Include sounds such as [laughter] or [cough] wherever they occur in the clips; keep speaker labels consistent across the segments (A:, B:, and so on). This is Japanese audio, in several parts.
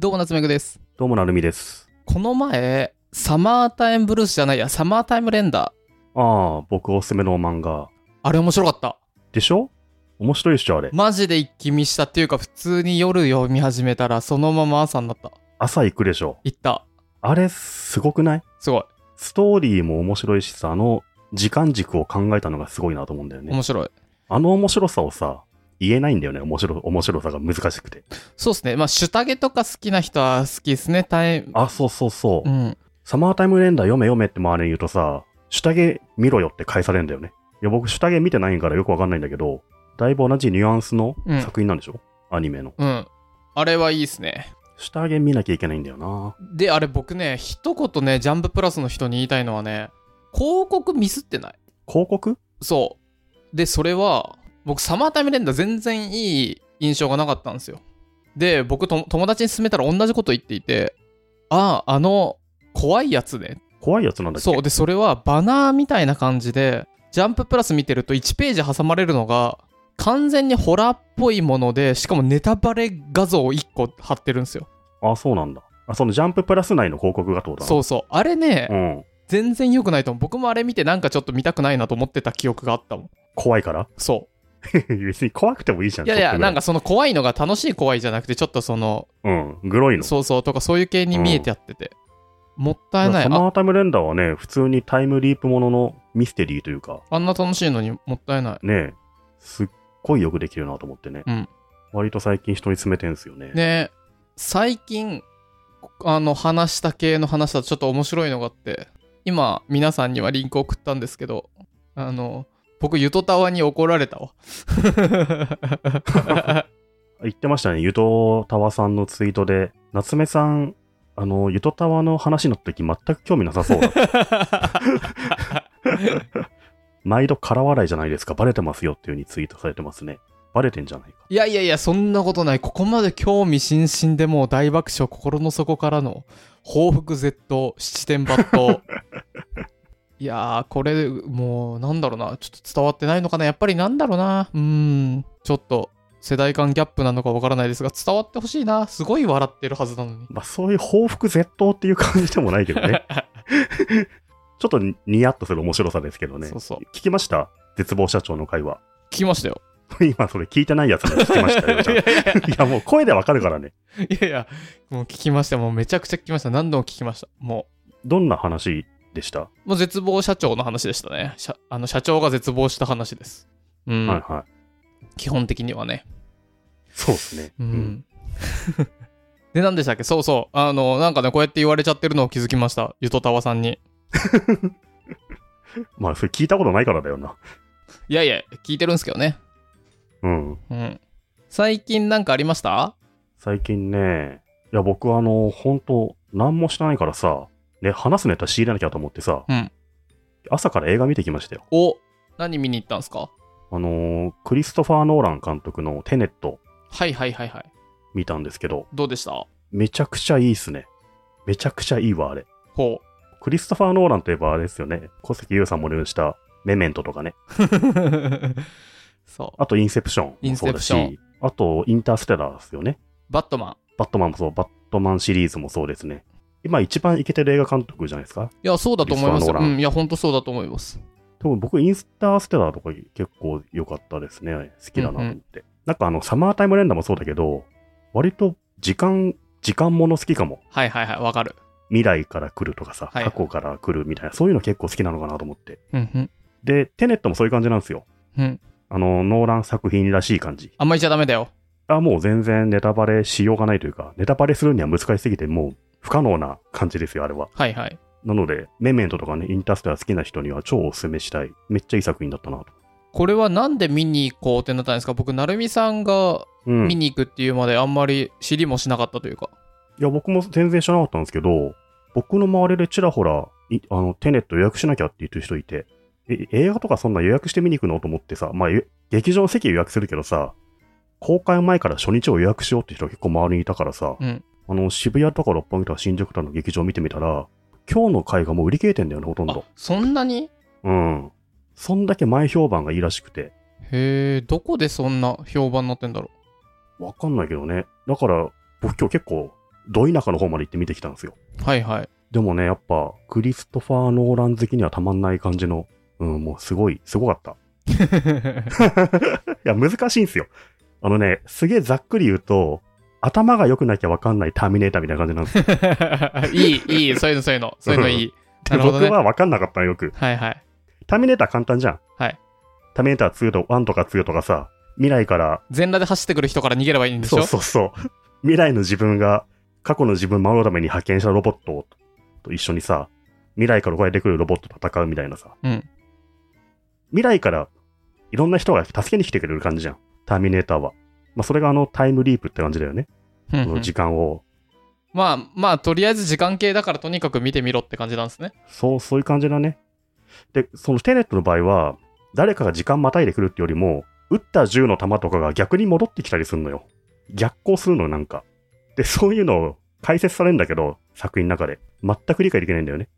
A: どうも、夏目くです。
B: どうもなるみです。
A: この前、サマータイムブルースじゃないや、サマータイムレンダー。
B: ああ、僕おすすめの漫画。
A: あれ面白かった。
B: でしょ面白いっしょ、あれ。
A: マジで一気見したっていうか、普通に夜読み始めたら、そのまま朝になった。
B: 朝行くでしょ。
A: 行った。
B: あれ、すごくない
A: すごい。
B: ストーリーも面白いしさ、あの、時間軸を考えたのがすごいなと思うんだよね。
A: 面白い。
B: あの面白さをさ、言えないんだよね。面白、面白さが難しくて。
A: そうっすね。まあ、シュタゲとか好きな人は好きですね。タイム。
B: あ、そうそうそう。
A: うん。
B: サマータイムレンダー読め読めって周りに言うとさ、シュタゲ見ろよって返されるんだよね。いや、僕、シュタゲ見てないからよくわかんないんだけど、だいぶ同じニュアンスの
A: うん
B: 作品なんでしょ、アニメの。
A: うん。あれはいいっすね。
B: シュタゲ見なきゃいけないんだよな。
A: で、あれ僕ね、一言ね、ジャンププラスの人に言いたいのはね、広告ミスってない。
B: 広告
A: そう。で、それは、僕、サマータイムレンダー全然いい印象がなかったんですよ。で、僕と、友達に勧めたら同じこと言っていて、ああ、あの、怖いやつね。
B: 怖いやつなんだっけ
A: そう。で、それはバナーみたいな感じで、ジャンププラス見てると1ページ挟まれるのが、完全にホラーっぽいもので、しかもネタバレ画像を1個貼ってるんですよ。
B: あ、そうなんだ。あ、そのジャンププラス内の広告がってことだな
A: そうそう。あれね、
B: うん。
A: 全然良くないと思う。僕もあれ見てなんかちょっと見たくないなと思ってた記憶があったもん。
B: 怖いから [laughs]
A: そう。
B: 別に怖くてもいいじゃん。
A: いやい
B: ちょ
A: や、
B: っとぐら
A: なんかその怖いのが楽しい怖いじゃなくて、ちょっとその、
B: うん。グロいの。
A: そうそうとかそういう系に見えてやってて。もったいない。
B: サ
A: あ
B: マータイムレンダーはね、普通にタイムリープもののミステリーというか、
A: あんな楽しいのにもったいない。
B: ねえ、すっごいよくできるなと思ってね。
A: うん
B: 割と最近人に詰めてんすよね。
A: ね最近、あの、話した系の話だとちょっと面白いのがあって、今、皆さんにはリンク送ったんですけど、あの、僕、ゆとたわに怒られたわ。 [laughs]
B: 言ってましたね、ゆとたわさんのツイートで、夏目さん、あの、ゆとたわの話の時全く興味な
A: [laughs]
B: さそうだ。毎度空笑いじゃないですか、バレてますよっていう風にツイートされてますね。バレてんじゃないか。
A: いやいやいや、そんなことない。ここまで興味津々でもう大爆笑、心の底からの報復絶倒、七点抜
B: [laughs]
A: 刀。いやー、これ、もう、なんだろうな。ちょっと伝わってないのかな。やっぱりなんだろうな。うーん。ちょっと、世代間ギャップなのかわからないですが、伝わってほしいな。すごい笑ってるはずなのに。
B: まあ、そういう報復絶倒っていう感じでもないけど
A: [laughs]
B: ね。ちょっとニヤッとする面白さですけどね。
A: そうそう
B: 聞きました絶望社長の会話。 [laughs]
A: 聞きましたよ。
B: 今それ聞いてないやつが聞きましたよ。ちゃ
A: [laughs]
B: ん
A: い
B: と
A: やいやいや
B: いやもう声でわかるからね。
A: いやいや、もう聞きました。もうめちゃくちゃ聞きました。何度も聞きました。もう。
B: どんな話でした、
A: もう絶望社長の話でしたね。社あの社長が絶望した話です。うん。
B: はいはい。
A: 基本的にはね。
B: そうですね。
A: うん。。 [laughs] で、何でしたっけそうそう。あの、なんかね、こうやって言われちゃってるのを気づきました。ゆとたわさんに。
B: まあそれ聞いたことないからだよな。
A: いやいや、聞いてるんすけどね。
B: うん。
A: うん。最近なんかありました
B: 最近ね、いや僕あの、本当何もしてないからさ、ね、話すネタ仕入れなきゃと思ってさ、
A: うん
B: 朝から映画見てきましたよ。
A: お、何見に行ったんすか
B: あのークリストファー・ノーラン監督のテネット
A: はいはいはいはい。
B: 見たんですけど、
A: どうでした
B: めちゃくちゃいいっすね。めちゃくちゃいいわ、あれ。
A: ほう。
B: クリストファー・ノーランといえばあれですよね。小関優さんも出したメメントとかね。
A: そう。
B: あとインセプションもそうだし、
A: インセプ
B: あとインターステラーですよね。
A: バットマン。
B: バットマンもそう、バットマンシリーズもそうですね。今一番イケてる映画監督じゃないですか。
A: いや、そうだと思います
B: クリスト
A: よ。
B: フ
A: う
B: ァーノーラン
A: ん。いや、ほんとそうだと思います。
B: でも僕インターステラーとか結構良かったですね。好きだなと思って。なんかあの、サマータイムレンダーもそうだけど、割と時間、時間もの好きかも。
A: はいはいはい。わかる。
B: 未来から来るとかさ、
A: はい
B: 過去から来るみたいな、そういうの結構好きなのかなと思って。
A: うんうん。
B: で、テネットもそういう感じなんですよ。
A: うん。
B: あの、ノーラン作品らしい感じ。
A: あんま言っちゃダメだよ。
B: あ、もう全然ネタバレしようがないというか、ネタバレするには難しすぎて、もう不可能な感じですよ、あれは。
A: はいはい。
B: なので、メメントとかね、インターステラー好きな人には超おすすめしたい。めっちゃいい作品だったなと。
A: これはなんで見に行こうってなったんですか僕、成美さんが
B: うん。
A: 見
B: い
A: に行くっていうまであんまり知りもしなかったというか。
B: や、僕も全然知らなかったんですけど、僕の周りでちらほら、いあの、テネット予約しなきゃって言ってる人いて、え、映画とかそんな予約して見に行くのと思ってさ、まあ、ゆ劇場の席予約するけどさ、公開前から初日を予約しようって人が結構周りにいたからさ、
A: うん
B: あの、渋谷とか六本木とか新宿とかの劇場見てみたら、今日の回がもう売り切れてんだよね、ほとん
A: あ
B: ど。、
A: そんなに
B: うん。そんだけ前評判がいいらしくて、
A: へえ、どこでそんな評判になってんだろ
B: わかんないけどね。だから、僕今日結構ど田舎の方まで行って見てきたんですよ。
A: はいはい。 [laughs]
B: でもね、やっぱ、クリストファー・ノーラン好きにはたまんない感じの、うん、もうすごい、すごかった。 [laughs] いや、難しいんですよ。あのね、すげえざっくり言うと、頭が良くなきゃわかんないターミネーターみたいな感じなんですよ。
A: いい、いい、そういうの、そういうの、そういうのいい。 [laughs] なるほどね
B: 僕はわかんなかったのよく。
A: はいはい。
B: ターミネーター簡単じゃん。
A: はい。
B: ターミネーター2と1とか2とかさ、未来から、
A: 全裸で走ってくる人から逃げればいいんでしょ
B: そうそうそう。未来の自分が、過去の自分を守るために派遣したロボットと一緒にさ、未来から生まれてくるロボットと戦うみたいなさ、
A: うん
B: 未来からいろんな人が助けに来てくれる感じじゃん。ターミネーターは。まあ、それがあのタイムリープって感じだよね。
A: うん
B: そうの
A: ん
B: 時間を。
A: まあまあ、とりあえず時間系だからとにかく見てみろって感じなん
B: [laughs]
A: ですね。
B: そう、そういう感じだね。で、そのテネットの場合は、誰かが時間またいでくるってよりも、撃った銃の弾とかが逆に戻ってきたりするのよ。逆行するのよ、なんか。で、そういうのを解説されるんだけど、作品の中で。全く理解できないんだよね。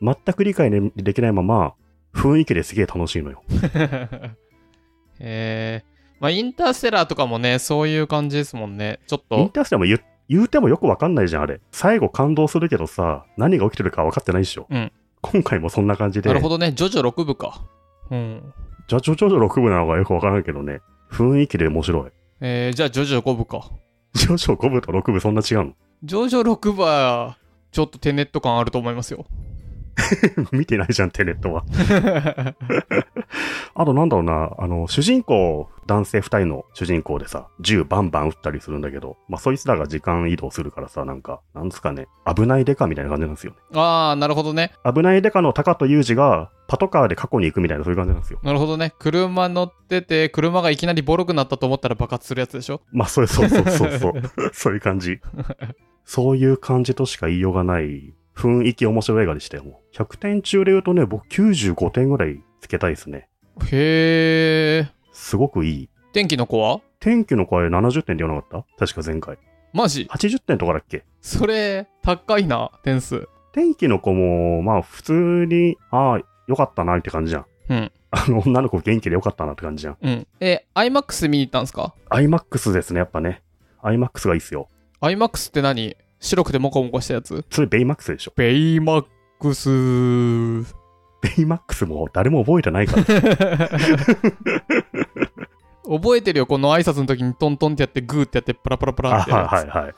B: 全く理解ねできないまま、雰囲気ですげえ楽しいのよ。
A: えー、まあ、インターステラーとかもね、そういう感じですもんね。ちょっ
B: イン
A: と、
B: ターステラーも言う言うてもよくわかんないじゃん、あれ。最後感動するけどさ、何が起きてるか分かってないでしょ。
A: うん
B: 今回もそんな感じで。
A: なるほどね、ジョジョ6部か。うん。
B: じゃあ、ちょちょちょ6部なのがよくわからないけどね。雰囲気で面白い。
A: えー、じゃあ、ジョジョ5部か。
B: ジョジョ5部と6部そんな違うの
A: ジョジョ6部は、ちょっとテネット感あると思い
B: [laughs]
A: ますよ。
B: 見てないじゃん、テネットは。あとなんだろうな、あの、主人公、男性2人の主人公でさ、銃バンバン撃ったりするんだけど、まあそいつらが時間移動するからさ、なんか、なんですかね、危ないデカみたいな感じなんですよね。
A: ああ、なるほどね。
B: 危ないデカの高戸裕二がパトカーで過去に行くみたいなそういう感じなんですよ。
A: なるほどね。車乗ってて、車がいきなりボロくなったと思ったら爆発するやつでしょ
B: まあ、それ、そうそうそう
A: [laughs]
B: そう。そういう感じ。そういう感じとしか言いようがない、雰囲気面白い映画でしたよ。もう100点中で言うとね、僕95点ぐらいつけたいですね。
A: へえ。
B: すごくいい。
A: 天気の子は
B: 天気の声70点で言わなかった確か前回。
A: マジ
B: 80点とかだっけ
A: それ、高いな、点数。
B: 天気の子も、まあ普通に、ああ、よかったなって感じじゃん。
A: うん
B: あの、女の子元気でよかったなって感じじゃん。
A: うん。え、IMAX 見に行ったんですか
B: IMAX ですね、やっぱね。IMAX がいいっすよ。
A: ?IMAX って何白くてモコモコしたやつ
B: それベイマックスでしょ。
A: ベイマッ
B: [laughs]
A: クス。
B: ベイマックスも誰も覚えてないから。
A: 覚えてるよ、この挨拶の時にトントンってやって、グーってやって、パラパラパラ
B: あ
A: ってやるやつ。
B: はいはいはい。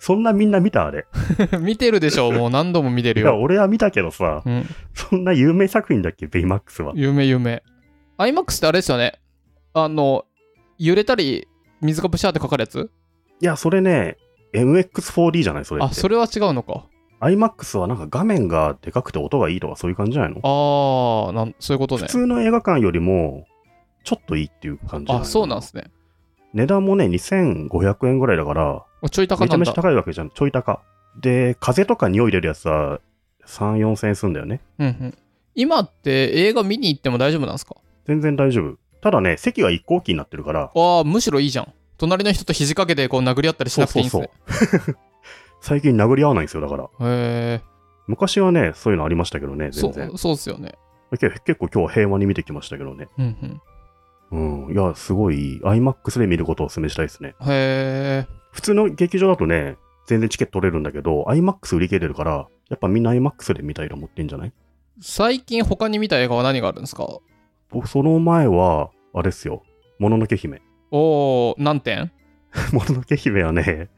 B: そんなみんな見たあれ。
A: [laughs] 見てるでしょ、もう何度も見て
B: い
A: る
B: や、
A: よ。
B: 俺は見たけどさ、
A: うん、
B: そんな有名作品だっけ、ベイマックスは。
A: 夢夢。IMAX ってあれですよね。あの、揺れたり、水がブシャーってかかるやつ
B: いや、それね、MX4D じゃない、それっ
A: あ、
B: て。
A: それは違うのか。
B: IMAX はなんか画面がでかくて音がいいとかそういう感じじゃないの
A: あー、なんそういうこと
B: 普
A: ね。
B: 通の映画館よりも、ちょっといいっていう感じじゃい
A: あ、そうなんすね。
B: 値段もね、2500円ぐらいだから、
A: あちょい高
B: めち
A: な
B: ゃ
A: ん
B: めちゃ
A: だ。
B: 高いわけじゃん。ちょい高。で、風とか匂い出るやつは、3、4000円するんだよね。
A: うんうん、今って映画見に行っても大丈夫なんですか
B: 全然大丈夫。ただね、席が一向機になってるから、
A: ああ、むしろいいじゃん。隣の人と肘掛けてこう殴り合ったりしなくていいんですね。
B: 最近殴り合わないんですよ、だから。
A: へえ、
B: 昔はね、そういうのありましたけどね、
A: そ
B: 全然。
A: う、そうっすよね。
B: け結構今日は平和に見てきましたけどね。
A: うんうん。
B: うん。いや、すごい、IMAX で見ることをお勧めしたいですね。
A: へえ、
B: 普通の劇場だとね、全然チケット取れるんだけど、IMAX 売り切れてるから、やっぱみんな IMAX で見たいと思ってんじゃない
A: 最近他に見た映画は何があるんですか
B: 僕、その前は、あれっすよ。もののけ姫。 [laughs]
A: おー、何点
B: もののけ姫はね、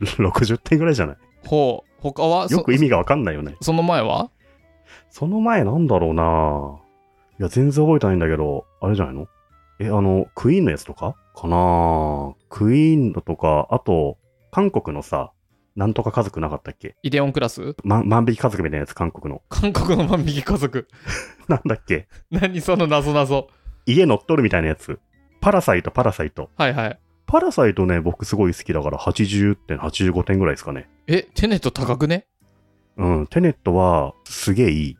B: 60点ぐらいじゃない
A: ほう、他はそ
B: よく意味がわかんないよね。
A: その前は
B: その前なんだろうないや、全然覚えてないんだけど、あれじゃないのえ、あの、クイーンのやつとかかなぁクイーンのとか、あと、韓国のさ、なんとか家族なかったっけ、
A: イデオンクラス
B: ま、万引き家族みたいなやつ、韓国の。 [laughs]
A: 韓国の万引き家族。 [laughs]
B: なんだっけ
A: 何その謎謎。
B: 家乗っ取るみたいなやつ。パラサイト、パラサイト。
A: はいはい。
B: パラサイトね、僕すごい好きだから、80点、85点ぐらいですかね。
A: え、テネット高くね [laughs]
B: うん、テネットは、すげえいい。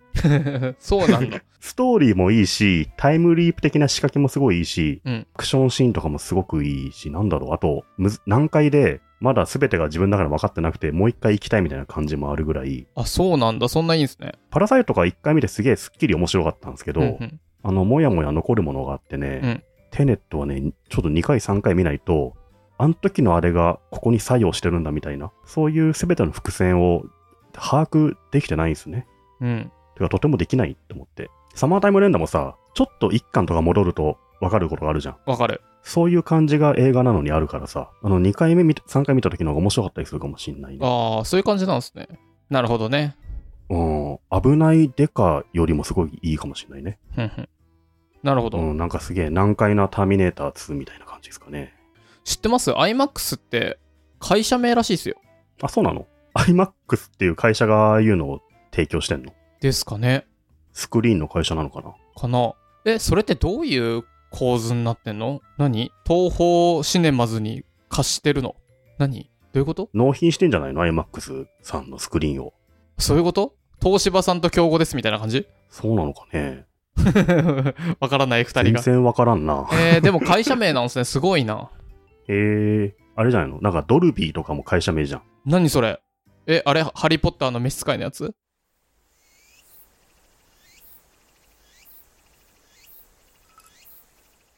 A: そうなん
B: [laughs]
A: だ。
B: ストーリーもいいし、タイムリープ的な仕掛けもすごいいいし、
A: うん
B: アクションシーンとかもすごくいいし、なんだろう、あと、むず難解で、まだ全てが自分の中で分かってなくて、もう一回行きたいみたいな感じもあるぐらい、
A: あ、そうなんだ。そんないいんですね。
B: パラサイトが一回見てすげえすっきり面白かったんですけど、
A: うんうん
B: あの、もやもや残るものがあってね、
A: うん
B: テネットはね、ちょっと2回3回見ないと、あの時のあれがここに作用してるんだみたいな、そういう全ての伏線を把握できてないんですね。
A: うん。
B: てか、とてもできないって思って。サマータイム連打もさ、ちょっと一巻とか戻ると分かることがあるじゃん。
A: わかる。
B: そういう感じが映画なのにあるからさ、あの、2回目見て、3回見た時の方が面白かったりするかもしんないね。
A: ああ、そういう感じなんですね。なるほどね。
B: うん、危ないデカよりもすごいいいかもしんないね。
A: ふんふん。なるほど。
B: うん、なんかすげえ難解なターミネーター2みたいな感じですかね。
A: 知ってます ?iMAX って会社名らしいですよ。
B: あ、そうなの ?iMAX っていう会社がああいうのを提供してんの
A: ですかね。
B: スクリーンの会社なのかな
A: かな。え、それってどういう構図になってんの何東方シネマズに貸してるの何どういうこと
B: 納品してんじゃないの ?iMAX さんのスクリーンを。
A: そういうこと東芝さんと競合ですみたいな感
B: [laughs]
A: じ
B: そうなのかね
A: わからない二人
B: 全
A: が。
B: 然わからんな。
A: えー、でも会社名なんですね。すごいな。
B: へえあれじゃないのなんかドルビーとかも会社名じゃん。
A: 何それえ、あれハリーポッターの召使いのやつ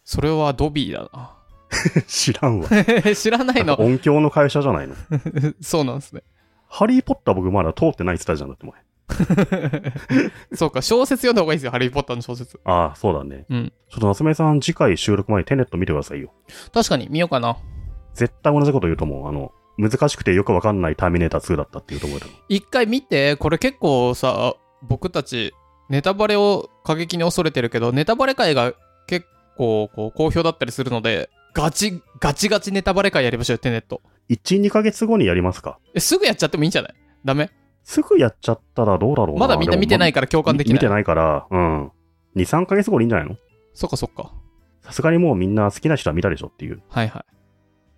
A: それはドビーだな。
B: [laughs] 知らんわ。
A: 知らない [laughs] の
B: 音響の会社じゃないの。
A: そうなんですね。
B: ハリー・ポッター僕まだ通ってないって言ったじゃんだって前。
A: そうか、小説読んだ方がいいですよ、ハリー・ポッターの小説。
B: ああ、そうだね。
A: うん
B: ちょっと夏目さん次回収録前にテネット見てくださいよ。
A: 確かに、見ようかな。
B: 絶対同じこと言うと思う。あの、難しくてよくわかんないターミネーター2だったっていうところだと思う。
A: 一回見て、これ結構さ、僕たち、ネタバレを過激に恐れてるけど、ネタバレ会が結構こう好評だったりするので、ガチ、ガチガチネタバレ会やりましょうよ、テネット。
B: 1、2ヶ月後にやりますか。
A: えすぐやっちゃってもいいんじゃないダメ
B: すぐやっちゃったらどうだろうな。
A: まだみんな見てない
B: か
A: から共感できない。
B: 見てないから、うん。2、3ヶ月後でいいんじゃないの
A: そっかそっか。
B: さすがにもうみんな好きな人は見たでしょっていう。
A: はいはい。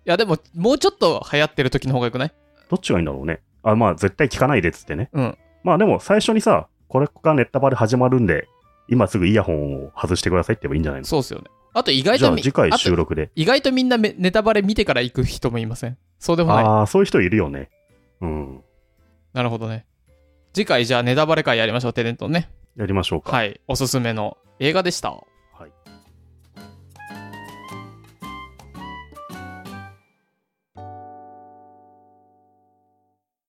A: いやでも、もうちょっと流行ってる時の方がよくない
B: どっちがいいんだろうね。あ、まあ絶対聞かないでっつってね。
A: うん。
B: まあでも最初にさ、これがネタバレ始まるんで、今すぐイヤホンを外してくださいって言えばいいんじゃないの
A: そうっすよね。あと意外
B: じゃ
A: と
B: あ
A: み、
B: 次回
A: あ
B: 収
A: と
B: 録で。
A: 意外とみんなめネタバレ見てから行く人もいません。そうでもない。
B: ああ、そういう人いるよね。うん。
A: なるほどね。次回じゃあネタバレ会やりましょう、テネットね。
B: やりましょうか。
A: はい。おすすめの映画でした。